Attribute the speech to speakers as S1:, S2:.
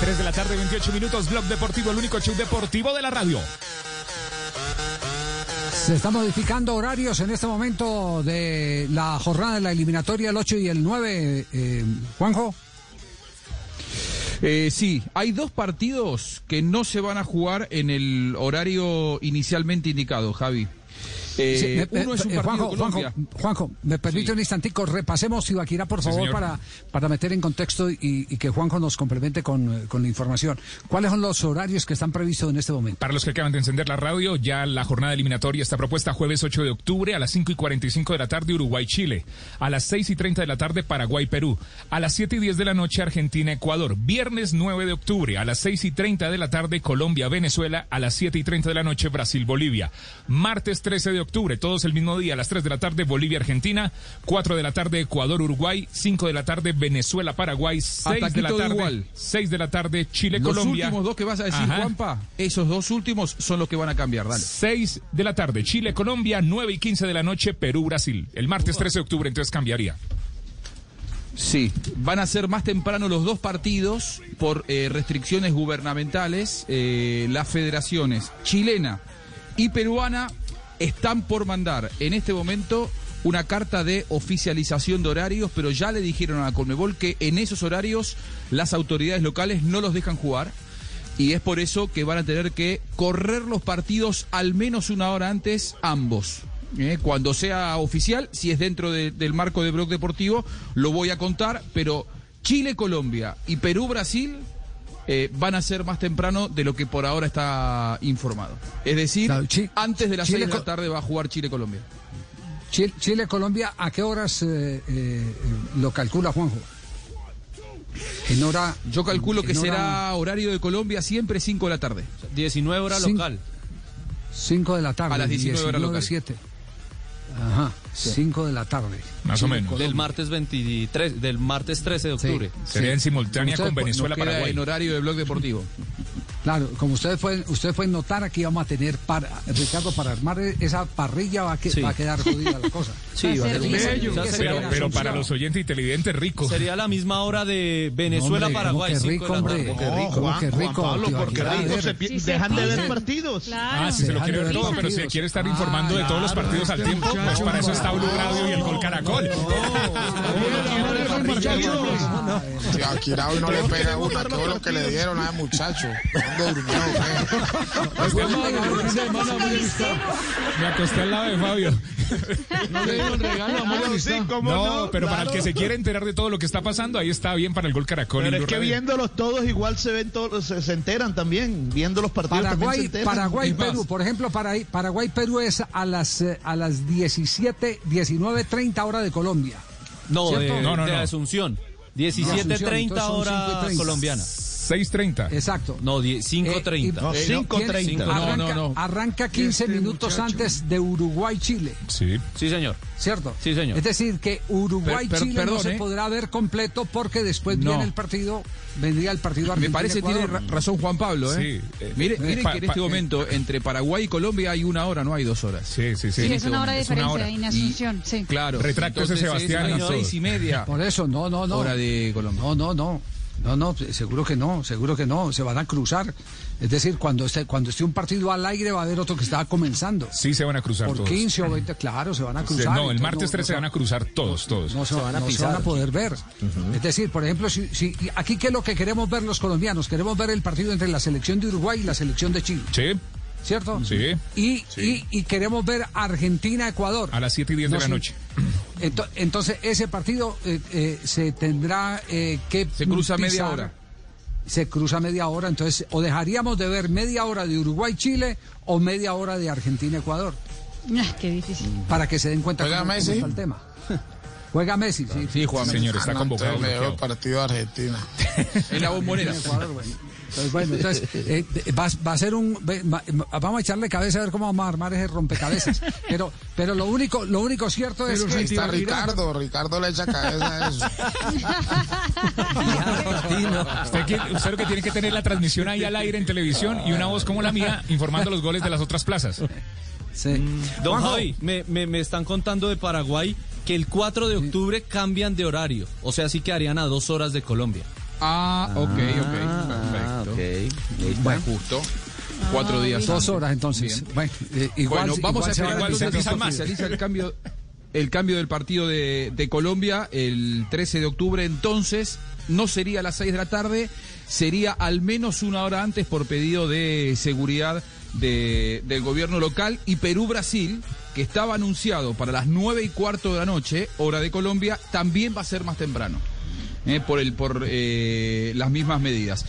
S1: 3 de la tarde, 28 minutos, Blog Deportivo, el único show deportivo de la radio.
S2: Se están modificando horarios en este momento de la jornada de la eliminatoria, el 8 y el 9, eh, Juanjo.
S3: Eh, sí, hay dos partidos que no se van a jugar en el horario inicialmente indicado, Javi.
S2: Eh, sí, me, uno es un eh, Juanjo, Juanjo, Juanjo, me permite sí. un instantico, repasemos Ibaquira, por favor, sí, para, para meter en contexto y, y que Juanjo nos complemente con, con, la información. ¿Cuáles son los horarios que están previstos en este momento?
S1: Para los que acaban de encender la radio, ya la jornada eliminatoria está propuesta jueves 8 de octubre a las 5 y 45 de la tarde Uruguay-Chile, a las 6 y 30 de la tarde Paraguay-Perú, a las 7 y 10 de la noche Argentina-Ecuador, viernes 9 de octubre a las 6 y 30 de la tarde Colombia-Venezuela, a las 7 y 30 de la noche Brasil-Bolivia, martes 13 de octubre, todos el mismo día, a las 3 de la tarde Bolivia-Argentina, 4 de la tarde Ecuador-Uruguay, 5 de la tarde Venezuela-Paraguay, 6 de la tarde igual. 6 de la tarde Chile-Colombia.
S3: Los últimos dos que vas a decir, Ajá. Juanpa, esos dos últimos son los que van a cambiar, dale.
S1: 6 de la tarde Chile-Colombia, 9 y 15 de la noche Perú-Brasil. El martes 13 de octubre entonces cambiaría.
S3: Sí, van a ser más temprano los dos partidos por eh, restricciones gubernamentales. Eh, las federaciones chilena y peruana están por mandar en este momento una carta de oficialización de horarios, pero ya le dijeron a Colmebol que en esos horarios las autoridades locales no los dejan jugar y es por eso que van a tener que correr los partidos al menos una hora antes ambos. ¿Eh? Cuando sea oficial, si es dentro de, del marco de Blog Deportivo, lo voy a contar, pero Chile, Colombia y Perú-Brasil eh, van a ser más temprano de lo que por ahora está informado. Es decir, claro, antes de las Chile, 6 de la tarde va a jugar Chile-Colombia.
S2: Chile-Colombia, Chile, ¿a qué horas eh, eh, lo calcula Juanjo?
S3: En hora, Yo calculo que hora... será horario de Colombia siempre 5 de la tarde.
S4: 19 horas local.
S2: 5 de la tarde.
S3: A las 19, 19 horas local.
S2: 7. Ajá, 5 sí. de la tarde.
S1: Más o menos.
S4: Del martes 23, del martes 13 de octubre.
S1: Sí, Sería sí. en simultánea ustedes, con Venezuela para
S3: En horario de blog deportivo.
S2: Claro, como ustedes pueden, ustedes pueden notar, aquí vamos a tener para, Ricardo, para armar esa parrilla va a, que, va a quedar jodida la cosa.
S1: Sí, va a ser bello. Pero, pero, pero, para los oyentes y televidentes, rico.
S4: Sería la misma hora de Venezuela-Paraguay.
S2: No, rico, hombre.
S5: Como que rico, no, que rico. Pablo, porque rico se
S6: si dejan de ver partidos.
S1: Claro. Ah, si se, se lo quiere ver todo, partidos. pero si quiere estar informando ah, de todos los partidos al tiempo, pues para eso está Blue Radio y el Gol Caracol.
S5: Shakira hoy no le pega una, todo lo que le dieron a muchacho. eh.
S1: Este Me acosté al lado de Fabio.
S4: No le dieron regalo,
S6: Ah,
S4: amor sí,
S1: No, pero para el que se quiere enterar de todo lo que está pasando, ahí está bien para el gol Caracol.
S6: Pero es que viéndolos todos igual se ven todos, se, enteran también, viendo los partidos
S2: Paraguay,
S6: se
S2: Paraguay, Perú, por ejemplo, Paraguay, Perú es a las eh, a las 17, 19, 30 horas de Colombia.
S4: No, de, no, no, de Asunción. 17.30 horas colombiana.
S1: 6.30.
S2: Exacto.
S4: No, 5.30.
S6: Eh, no, 5.30.
S4: Ah,
S2: Arranca, no, no, arranca 15 este minutos muchacho. antes de Uruguay-Chile.
S1: Sí.
S4: Sí, señor.
S2: ¿Cierto?
S4: Sí, señor.
S2: Es decir, que Uruguay-Chile no eh. se podrá ver completo porque después viene el partido, vendría el partido
S3: argentino. Me parece que tiene razón Juan Pablo, ¿eh? Sí. eh mire, miren pa, que en este pa, momento entre Paraguay y Colombia hay una hora, no hay dos horas.
S1: Sí, sí, sí. sí
S7: es este una hora de diferencia en Asunción, sí.
S3: Claro. Retráctese,
S1: Sebastián.
S3: Seis y media.
S2: Por eso, no, no, no.
S3: Hora de Colombia.
S2: No, no, no. No, no, seguro que no, seguro que no, se van a cruzar. Es decir, cuando esté, cuando esté un partido al aire va a haber otro que está comenzando.
S1: Sí, se van a cruzar
S2: Por
S1: todos.
S2: 15 o 20, claro, se van a cruzar.
S1: No, el martes 3 no, se van a cruzar todos, todos.
S2: No se, van, a no pisar. se van a poder ver. Uh -huh. Es decir, por ejemplo, si, si, aquí qué es lo que queremos ver los colombianos, queremos ver el partido entre la selección de Uruguay y la selección de Chile.
S1: Sí.
S2: ¿Cierto?
S1: Sí.
S2: Y,
S1: sí.
S2: y, y queremos ver Argentina-Ecuador.
S1: A las 7 y 10 de la noche.
S2: Entonces, ese partido eh, eh, se tendrá eh, que.
S3: Se cruza pisar, media hora.
S2: Se cruza media hora, entonces, o dejaríamos de ver media hora de Uruguay-Chile o media hora de Argentina-Ecuador.
S7: Ah, qué difícil.
S2: Para que se den cuenta
S5: Juega cómo, Messi.
S2: Cómo está el tema. Juega Messi, sí.
S1: Sí, Juan sí, señor, está convocado.
S5: El partido de Argentina.
S3: en la bombonera.
S2: Ecuador, bueno. Entonces, bueno, entonces, eh, va, va, a ser un. Va, vamos a echarle cabeza a ver cómo vamos a armar ese rompecabezas. Pero, pero lo único, lo único cierto pero es que.
S5: Está Ricardo, Ricardo le echa cabeza a eso.
S1: usted, usted, lo que tiene que tener la transmisión ahí al aire en televisión y una voz como la mía informando los goles de las otras plazas.
S2: Sí.
S4: Don
S2: Juanjo.
S4: Javi, me, me- me están contando de Paraguay que el 4 de octubre cambian de horario. O sea, sí quedarían a dos horas de Colombia.
S3: Ah, ok, ok.
S8: Ah,
S3: Perfecto. Bueno, justo. Cuatro días.
S2: Dos
S3: antes.
S2: horas entonces.
S3: Bien.
S2: Bueno, eh, igual,
S3: bueno, vamos
S2: igual
S3: a
S2: se
S3: esperar
S2: van
S3: cuando
S2: pisar
S3: se
S2: los partidos.
S3: oficializa el cambio, el cambio del partido de, de Colombia el 13 de octubre. Entonces, no sería a las 6 de la tarde, sería al menos una hora antes por pedido de seguridad de- del gobierno local y Perú-Brasil que estaba anunciado para las 9 y cuarto de la noche, hora de Colombia, también va a ser más temprano, eh, por, el, por eh, las mismas medidas.